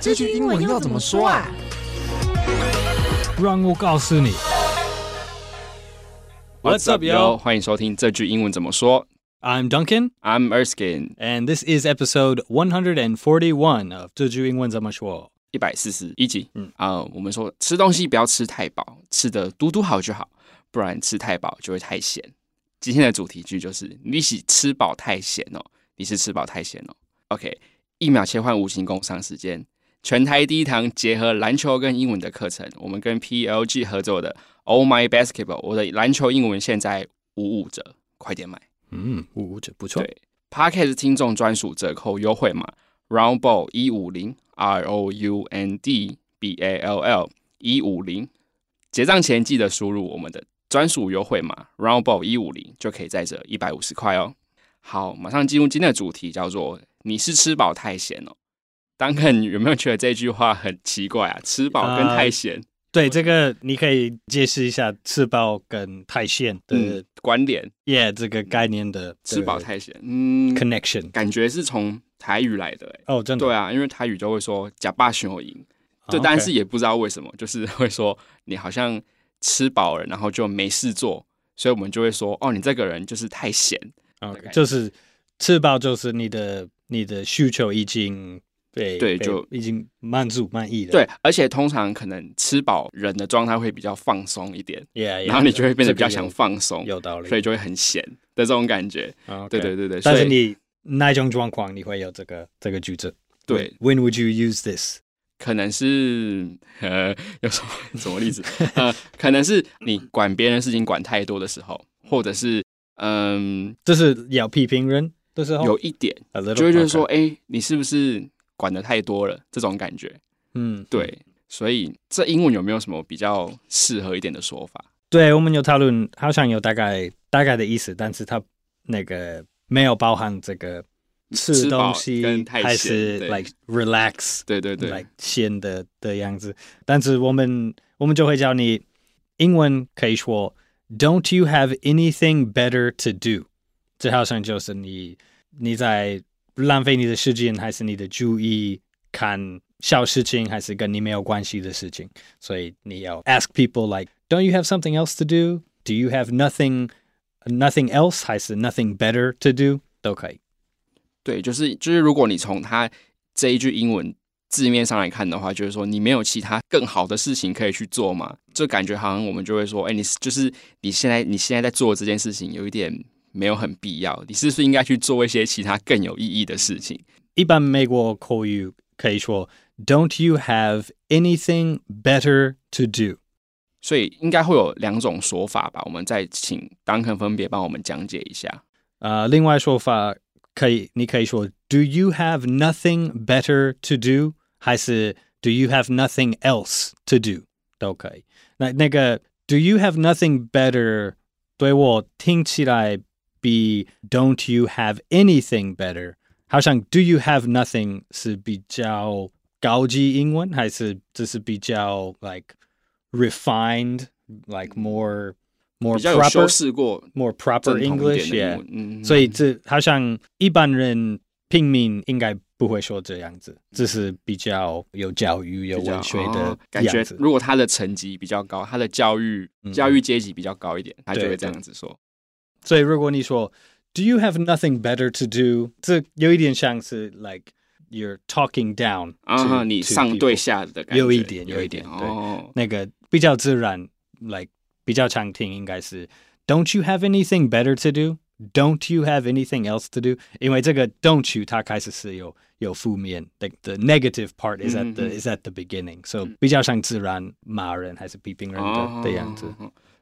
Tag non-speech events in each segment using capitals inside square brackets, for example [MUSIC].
这句英文要怎么说啊？让我告诉你。 What's up, yo？欢迎收听这句英文怎么说。 I'm Duncan, I'm Erskine， and this is episode 141 of 这句英文怎么说。一百四十一集。嗯嗯啊、我们说吃东西不要吃太饱，吃的嘟嘟好就好，不然吃太饱就会太咸。今天的主题句就是你是吃饱太咸哦，你是吃饱太咸哦。OK，一秒切换无形工商时间。全台第一堂结合篮球跟英文的课程，我们跟 PLG 合作的 Oh My Basketball，我的篮球英文现在五五折，快点买！嗯，哦，这不错。对 Podcast 听众专属折扣优惠码 Roundball 一五零 R O U N D B A L L 一五零，结账前记得输入我们的专属优惠码 Roundball 一五零，就可以再折一百五十块哦。好，马上进入今天的主题，叫做“你是吃饱太咸哦”。当肯有没有觉得这句话很奇怪啊？吃饱跟太咸对，这个你可以解释一下吃饱跟太线的嗯、关联，耶、yeah, 这个概念的吃饱的太咸，嗯， connection。感觉是从台语来的、欸，哦，真的。对啊，因为台语就会说“假霸熊赢”，啊对， ，OK 但是也不知道为什么，就是会说你好像吃饱了，然后就没事做，所以我们就会说哦，你这个人就是太闲。 OK，概念就是吃饱就是你的你的需求已经被对被就已经满足满意了。对，而且通常可能吃饱人的状态会比较放松一点， ，yeah, 然后你就会变得比较想想放松，有道理所。以就会很闲的这种感觉。 OK 对对对对，但是所以你那一种状况，你会有这个这个句子。对，When would you use this？可能是呃，有什么什么例子？呃，可能是你管别人的事情管太多的时候，或者是嗯、这是要批评人的时候，有一点 a little- 就会觉得说， OK，哎、你是不是管的太多了？这种感觉，嗯，对。所以这英文有没有什么比较适合一点的说法？对，我们有讨论，好像有大概大概的意思，但是它那个没有包含这个吃吃饱东西跟太还闲是对 like relax 对对对 like 闲的的样子。但是我们我们就会教你英文可以说 Don't you have anything better to do？这好像就是你你在浪费你的时间，还是你的注意看小事情，还是跟你没有关系的事情。所以你要 ask people like Don't you have something else to do? Do you have nothing nothing else？还是 nothing better to do？都可以。对，就是就是，如果你从它这一句英文字面上来看的话，就是说你没有其他更好的事情可以去做嘛，就感觉好像我们就会说，哎、你是就是你现在你现在在做这件事情有一点没有很必要，你是不是应该去做一些其他更有意义的事情？一般美国口语可以说 "Don't you have anything better to do？" 所以应该会有两种说法吧，我们再请 Duncan 分别帮我们讲解一下。呃，Uh, 另外说法可以，你可以说 "Do you have nothing better to do？" 还是 "Do you have nothing else to do？" 都可以。那那个 "Do you have nothing better？" 对我听起来比 "Don't you have anything better？" 好像 "Do you have nothing" 是比较高级英文，还是只是比较 like refined, like more more 比较有修 proper 饰过 more proper 正统一 English 点的 yeah 英文，嗯，所以这好像一般人平民应该不会说这样子，这是比较有教育、有比较文学哦的感觉样子。。如果他的成绩比较高，他的教育嗯教育阶级比较高一点，他就对对会这样子说。所以如果你说 "Do you have nothing better to do"，这有一点像是 like you're talking down 啊， to- 你 to 上对 people 下的感觉，有一点有有一点点哦。那个比较自然，like 比较常听应该是 "Don't you have anything better to do? Don't you have anything else to do?" 因为这个 "Don't you" 它开始是有有负面，like the negative part is at the、嗯嗯 is at the beginning，so 比较像自然骂人还是批评人的、哦的样子。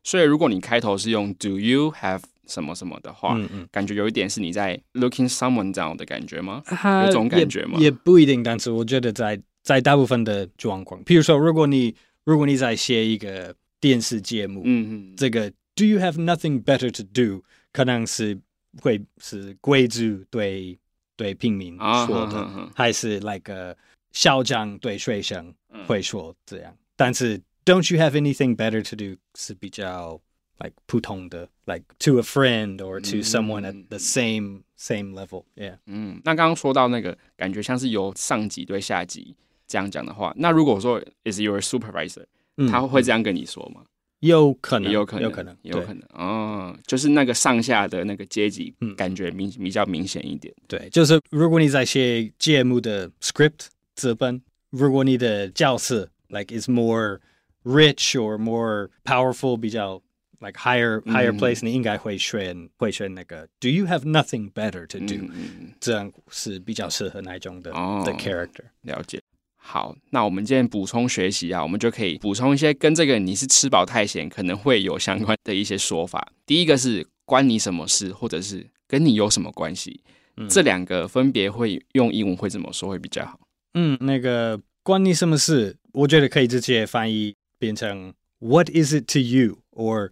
所以如果你开头是用 Do you have 什么什么的话，嗯嗯，感觉有一点是你在 looking someone down 的感觉吗？有种感觉吗嗯也？也不一定，但是我觉得在在大部分的状况，譬如说，如果你如果你在写一个电视节目，嗯嗯，这个 "Do you have nothing better to do？" 可能是会是贵族对对平民啊说的，哼哼哼还是 like 呃校长对学生会说这样。但是 "Don't you have anything better to do？" 是比较 like 普通的，like to a friend or to someone at Mm。 the same same level。Yeah，嗯，那刚刚说到那个感觉像是由上级对下级这样讲的话，那如果说 is your supervisor，、嗯他会这样跟你说吗？有可能，也有可能，有可能，也有可能。哦，就是那个上下的那个阶级嗯，感觉明、比较明显一点。对，对，就是如果你在写节目的 script 这本，如果你的角色 like is more rich or more powerful，比较 like higher higher 嗯 place，、你应该会选会选那个 Do you have nothing better to 嗯 do？、嗯嗯，这样是比较适合那一种的、哦的 character。了解。好，那我们今天补充学习啊，我们就可以补充一些跟这个你是吃饱太闲可能会有相关的一些说法。第一个是关你什么事，或者是跟你有什么关系，嗯这两个分别会用英文会怎么说会比较好？嗯，那个关你什么事？我觉得可以直接翻译变成 What is it to you？或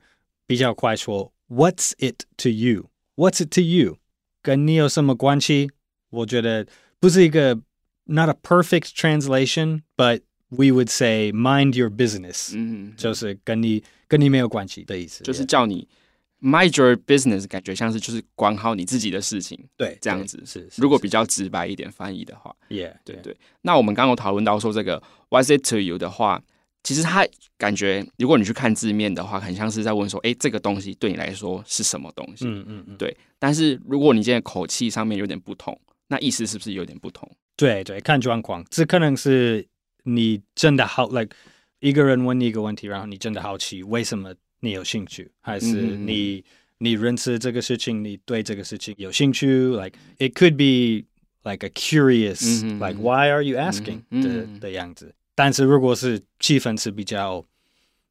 比较快说 What's it to you？What's it to you？跟你有什么关系？我觉得不是一个 not a perfect translation，but we would say mind your business，、嗯，就是跟你跟你没有关系的意思，就是叫你 mind your business，感觉像是就是管好你自己的事情。对这样对子是，是如果比较直白一点翻译的话， yeah 对对。那我们刚刚有讨论到说这个 what's it to you 的话，其实它感觉，如果你去看字面的话，很像是在问说，哎，这个东西对你来说是什么东西？嗯嗯嗯。但是如果你今天口气上面有点不同，那意思是不是有点不同？对对，看状况，这可能是你真的好，like 一个人问你一个问题，然后你真的好奇为什么你有兴趣，还是嗯嗯嗯你、你认识这个事情，你对这个事情有兴趣，like it could be like a curious，、嗯嗯嗯 like why are you asking 嗯嗯的、嗯的样子。但是如果是气氛是比较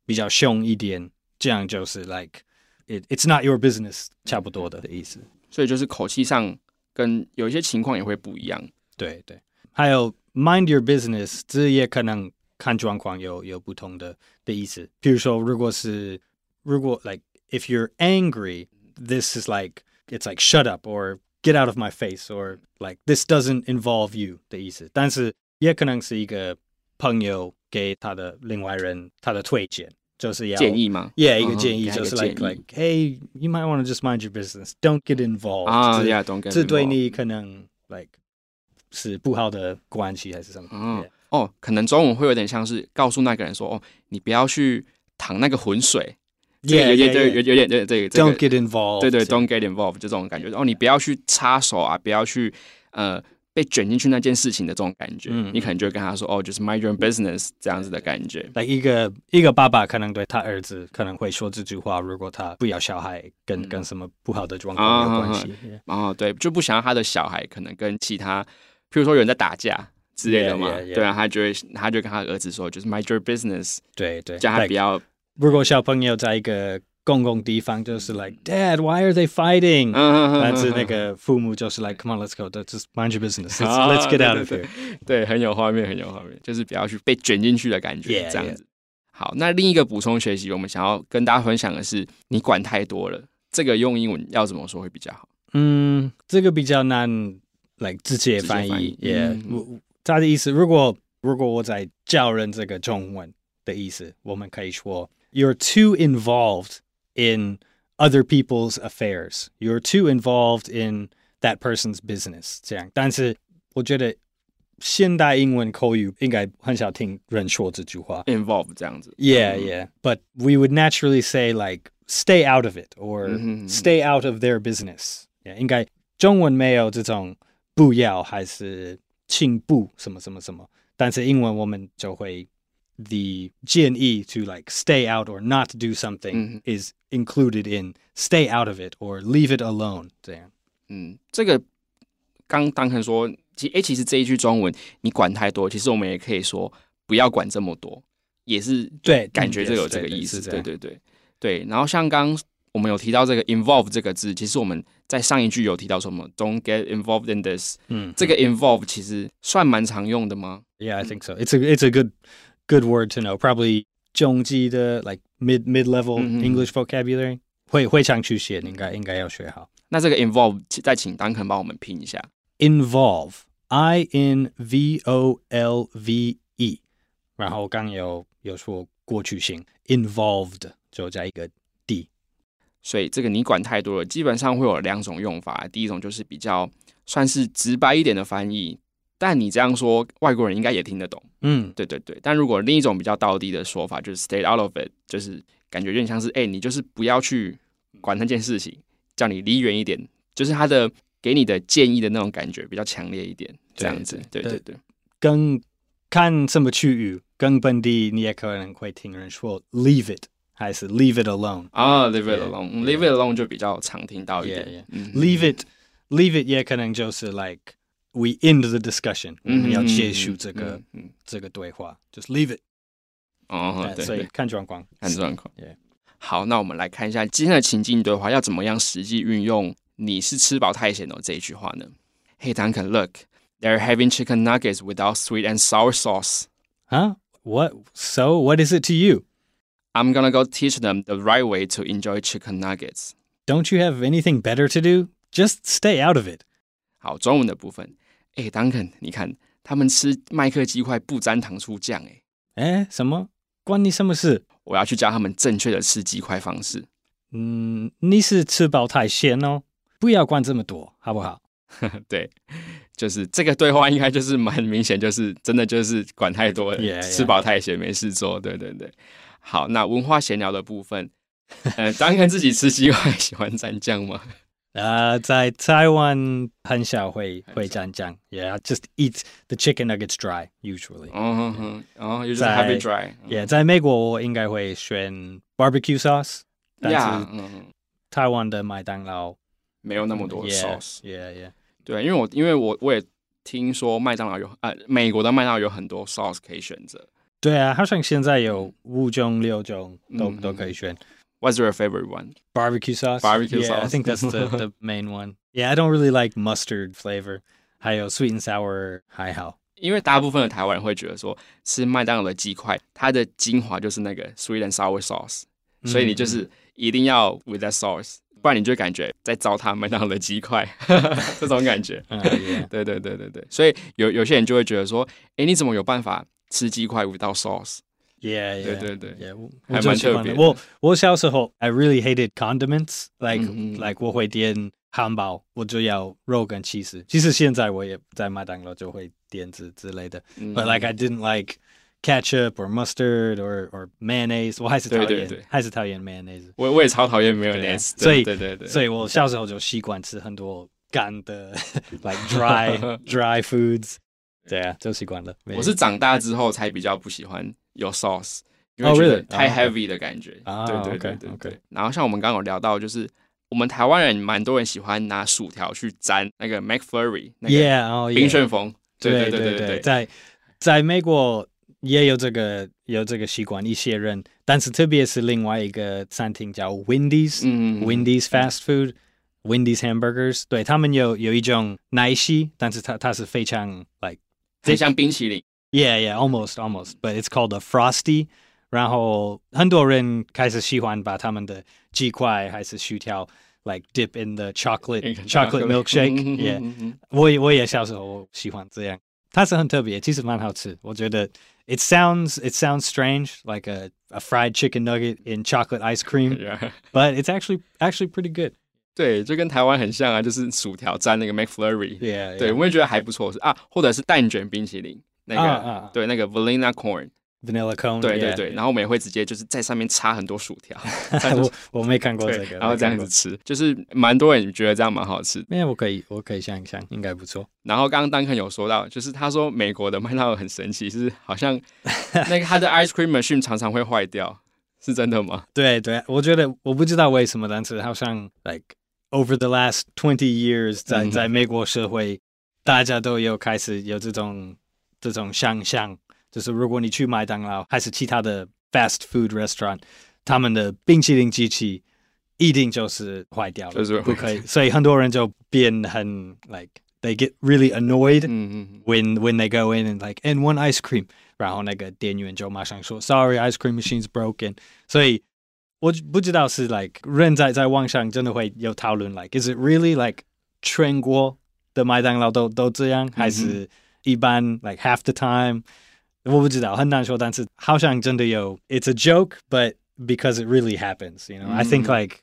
比较凶一点，这样就是 like it it's not your business 差不多的意思。所以就是口气上跟有一些情况也会不一样。对对，还有 mind your business，这也可能看状况有有不同的的意思。比如说，如果是如果 like if you're angry，this is like it's like shut up or get out of my face or like this doesn't involve you 的意思。但是也可能是一个朋友给他的另外人他的推荐，就是要建。议吗？ Yeah，一嗯个哼建议给他就一是个 like 建议 like hey you might want to just mind your business don't get involved 啊这，Yeah，懂感这对你可能 like 是不好的关系还是什么？哦哦，可能中文会有点像是告诉那个人说，哦，你不要去淌那个浑水，这个有点，对，有有点，对，这个这 don't 个， get involved，对对，don't get involved 这种感觉，哦，你不要去插手啊，不要去呃被卷进去那件事情的这种感觉，嗯你可能就会跟他说，哦，就是 mind your own business 这样子的感觉， like 一个一个爸爸可能对他儿子可能会说这句话，如果他不要小孩跟、嗯啊跟什么不好的状况有关系、Yeah 哦，对，就不想让他的小孩可能跟其他，譬如说有人在打架。之类的嘛 Yeah, yeah, yeah. 对啊，他就会，他就跟他儿子说，就是 mind your business，对对，叫他 like 不要如果小朋友在一个公共地方，就是 like Dad why are they fighting？、嗯，但是那个父母就是 like come on let's go just mind your business let's,、 [LAUGHS] 啊 let's get 对 out 对 of here 对，很有画面，很有画面，就是不要去被卷进去的感觉 Yeah, 这样 yeah. 子。好，那另一个补充学习，我们想要跟大家分享的是，你管太多了，这个用英文要怎么说会比较好？嗯，这个比较难，like 直接直接翻翻译译。 Yeah，、嗯我他的意思，如果如果我在教人这个中文的意思，我们可以说 You're too involved in other people's affairs. You're too involved in that person's business. 这样，但是我觉得现代英文口语应该很少听人说这句话。 involve 这样子。 Yeah, 嗯 yeah. But we would naturally say like stay out of it or 嗯哼，嗯哼。 stay out of their business. Yeah, 应该中文没有这种不要还是请不什么什么什么，但是英文我们就会 the 建议 to like stay out or not do something 嗯哼。 is included in stay out of it or leave it alone 这样。嗯，这个刚当成说，其实诶，其实这一句中文你管太多，其实我们也可以说不要管这么多，也是对，感觉这个有这个意思。对对对对。然后像刚我们有提到这个 involve 这个字，其实我们在上一句有提到说什么 don't get involved in this，这个 involve 其实算蛮常用的吗？ Yeah, I think so. It's a it's a good good word to know. Probably 中级的 like mid mid level 嗯，嗯，嗯。 English vocabulary 会会常去写，应该应该要学好。那这个 involve 再请丹肯帮我们拼一下。 involve i n v o l v e，然后刚有有说过去型 involved 就加一个 d，所以这个你管太多了，基本上会有两种用法。第一种就是比较算是直白一点的翻译，但你这样说，外国人应该也听得懂。嗯对对对，但如果另一种比较道地的说法，就是 stay out of it，就是感觉有点像是，哎、你就是不要去管那件事情，叫你离远一点，就是他的给你的建议的那种感觉比较强烈一点，这样子，对对对对对，跟看什么区域，跟本地你也可能会听人说 leave it 还是 leave it alone。啊、l e a v e it Yeah, alone，leave it alone 就比较常听到一点 Yeah, yeah. 嗯 leave it leave it 也可能就是 like we end the discussion，、我们要结 Mm-hmm. 束这个、嗯嗯嗯这个对话，就是 leave it、哦，对，所以对看状况，看状况 Yeah。好，那我们来看一下今天的情境对话要怎么样实际运用“你是吃饱太闲了”哦这一句话呢？Hey Duncan, look, they're having chicken nuggets without sweet and sour sauce. 啊、huh?，what so what is it to you？ I'm gonna go teach them the right way to enjoy chicken nuggets. Don't you have anything better to do? Just stay out of it. 好，中文的部分，哎，Duncan，你看他们吃麦克鸡块不沾糖醋酱，哎，哎，Eh? 什么？关你什么事？我要去教他们正确的吃鸡块方式。嗯，你是吃饱太闲哦，不要管这么多，好不好？对，就是这个对话应该就是蛮明显，就是真的就是管太多了 Yeah, yeah. 吃饱太闲没事做。对对对，好，那文化闲聊的部分，呃，Duncan 自己吃鸡块 [LAUGHS] 喜欢沾酱吗？ Uh, 在台湾很少会-很少。会蘸酱。Yeah, I just eat the chicken nuggets dry usually. 嗯哼，哦，就是在 happy dry，嗯 Yeah, 在美国我应该会选 barbecue sauce. 呀，嗯哼，嗯但是台湾的麦当劳没有那么多 yeah, sauce。 yeah, yeah. 对，因为我因为我我也听说麦当劳有呃，美国的麦当劳有很多 sauce 可以选择。对啊，好像现在有五种、六种都-嗯，嗯，都可以选。 What's your favorite one？ Barbecue sauce. Barbecue yeah, I sauce. think that's the, [LAUGHS] the main one. Yeah, I don't really like mustard flavor. 还有 sweet and sour 还好。因为大部分的台湾人会觉得说，吃麦当劳的鸡块，它的精华就是那个 sweet and sour sauce，所以你嗯就是一定要 with that sauce，不然你就感觉在糟蹋麦当劳的鸡块， [LAUGHS] 这种感 [LAUGHS] 觉。 Uh, yeah. 对对对对对，所以有有些人就会觉得说，哎，你怎么有办法吃鸡块 without sauce？ Yeah, yeah, 对，对，对。 yeah. 我还蛮特别的。我我小时候 I really hated condiments, like 嗯嗯嗯 like 我会点汉堡，我就要肉跟 cheese。其实现在我也在麦当劳就会点之之类的、嗯 but like I didn't like ketchup or mustard or or mayonnaise，我还是讨厌，对对对还是讨厌 mayonnaise。我我也超讨厌没有对啊 n 所以对对对，所以我小时候就习惯吃很多干的 [LAUGHS] ，like [LAUGHS] dry dry foods。对啊，就习惯了。没我是长大之后才比较不喜欢有 sauce，因 Oh, 为觉得 really? 太啊 heavy 的感觉。啊对对对 OK，对 OK 对。然后像我们刚刚有聊到，就是我们台湾人蛮多人喜欢拿薯条去沾那个 McFlurry 那个 Yeah，哦、冰 yeah，旋风。对对对，对对，在在美国也有这个有这个习惯，一些人，但是特别是另外一个餐厅叫 Wendy's，Wendy's、嗯 fast food。Wendy's hamburgers，对他们有有一种奶昔，但是它它是非常 like 很像冰淇淋。 yeah yeah almost almost, but it's called a frosty。然后很多人开始喜欢把他们的鸡块还是薯条 like dip in the chocolate [LAUGHS] chocolate milkshake，嗯 yeah。嗯嗯 [LAUGHS] 嗯我也我也小时候我喜欢这样，它是很特别，其实蛮好吃。我觉得 it sounds it sounds strange like a a fried chicken nugget in chocolate ice 嗯 [LAUGHS] cream, yeah but it's actually actually pretty good. 对，就跟台湾很像啊，就是薯条沾那个 McFlurry。 Yeah, 对， yeah. 我也觉得还不错啊，或者是蛋卷冰淇淋那啊啊个啊，对，那个 Vanilla Corn。 vanilla cone. 对对 yeah. 对，然后我们也会直接就是在上面插很多薯条，插很多 [LAUGHS] 我我没看过这对，个，然后这样子吃，就是蛮多人觉得这样蛮好吃。没看过，没有，我可以我可以想一想，应该不错。然后刚刚丹肯有说到，就是他说美国的麦当劳很神奇，是 [LAUGHS] 好像那个他的 ice cream machine 常常会坏掉，是真的吗？对对，我觉得我不知道为什么，但是好像 like over the last twenty years，在、嗯在美国社会，大家都有开始有这种这种想象，就是如果你去麦当劳还是其他的 fast food restaurant，他们的冰淇淋机器一定就是坏掉了，就是会不可以，所以很多人就变很 like they get really annoyed、嗯嗯嗯 Mm-hmm. when when they go in and like and one ice cream，然后 oh, 那个店员就马上说 Sorry, ice cream machine's broken。所以我不知道是 like 人在在网上真的会有讨论 like is it really like 全国的麦当劳都都这样，还是一般 like half the time？我不知道，很难说，但是好像真的有 it's a joke, but because it really happens, you know. I think 嗯 like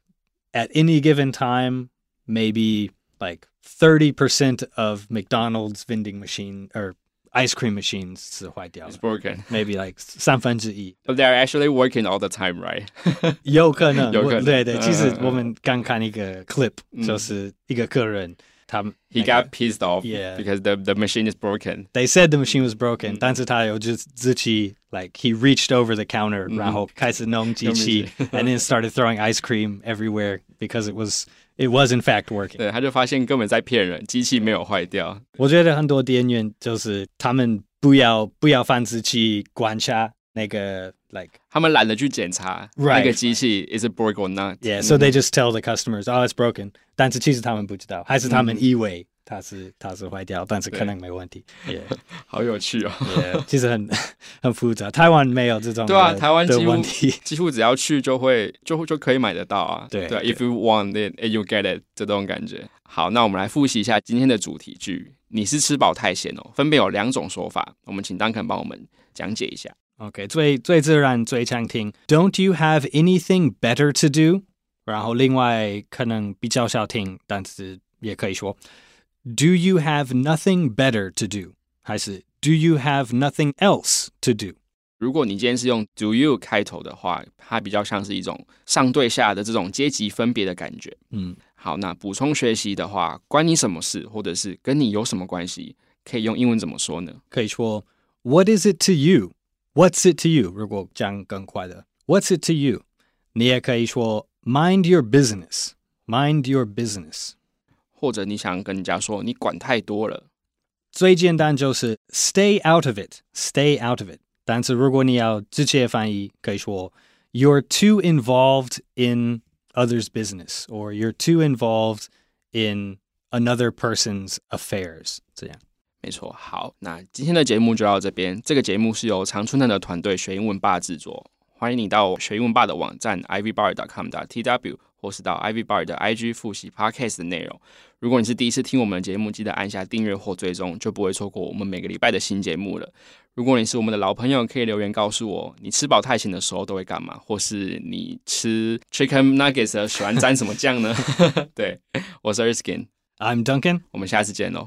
at any given time maybe like 30% of McDonald's vending machine or ice cream machine 是坏掉了 It's broken. [LAUGHS] ，maybe like 三分之一， But they're actually working all the time, right? [LAUGHS] 有可能，有我可能对对，嗯其实嗯嗯我们刚看一个 clip，、嗯就是一个客人他们 Mm. 那 He 个 got pissed off Yeah. because the the machine is broken. They said the machine was broken，、但 Mm. 是他有就是自己 like he reached over the counter，、然 Mm. 后开始弄机器，and then started throwing ice cream everywhere because it was it was in fact working。 [LAUGHS] 对，他就发现根本在骗人，机器没有坏掉。我觉得很多店员就是他们不要不要放自己观察那个 like 他们懒得去检查 Right. 那个机器 is it broken or not。嗯 yeah，so they just tell the customers oh it's broken，但是其实他们不知道，还是他们以为它是它是坏掉，但是可能没问题。Yeah。 [LAUGHS] 好有趣哦。 Yeah，其实很 [LAUGHS] 很复杂。台湾没有这种对啊，的台湾的几乎问题。几乎只要去就会就就可以买得到啊。对对啊对，If you want it, and you get it，这种感觉。好，那我们来复习一下今天的主题句。你是吃饱太闲哦，分别有两种说法，我们请 Duncan 帮我们讲解一下。 OK，最最自然最常听。Don't you have anything better to do？然后另外可能比较少听，但是也可以说 Do you have nothing better to do？还是 Do you have nothing else to do？如果你今天是用 Do you 开头的话，它比较像是一种上对下的这种阶级分别的感觉。嗯，好，那补充学习的话，关你什么事，或者是跟你有什么关系，可以用英文怎么说呢？可以说 What is it to you？What's it to you？如果这样更快的，What's it to you？你也可以说 Mind your business。Mind your business。或者你想跟人家说你管太多了，最简单就是 stay out of it, stay out of it。但是如果你要直接翻译，可以说 you're too involved in others' business or you're too involved in another person's affairs。这样没错，好，那今天的节目就到这边。这个节目是由常春藤的团队学英文爸制作，欢迎你到学英文爸的网站 ivybar.com.tw 或是到 ivybar 的 IG 复习 podcast 的内容。如果你是第一次听我们的节目，记得按下订阅或追踪，就不会错过我们每个礼拜的新节目了。如果你是我们的老朋友，可以留言告诉我，你吃饱太闲的时候都会干嘛，或是你吃 chicken nuggets 的时候喜欢沾什么酱呢？ [LAUGHS] 对，我是 Erskin， ，I'm Duncan. 我们下次见喽。哦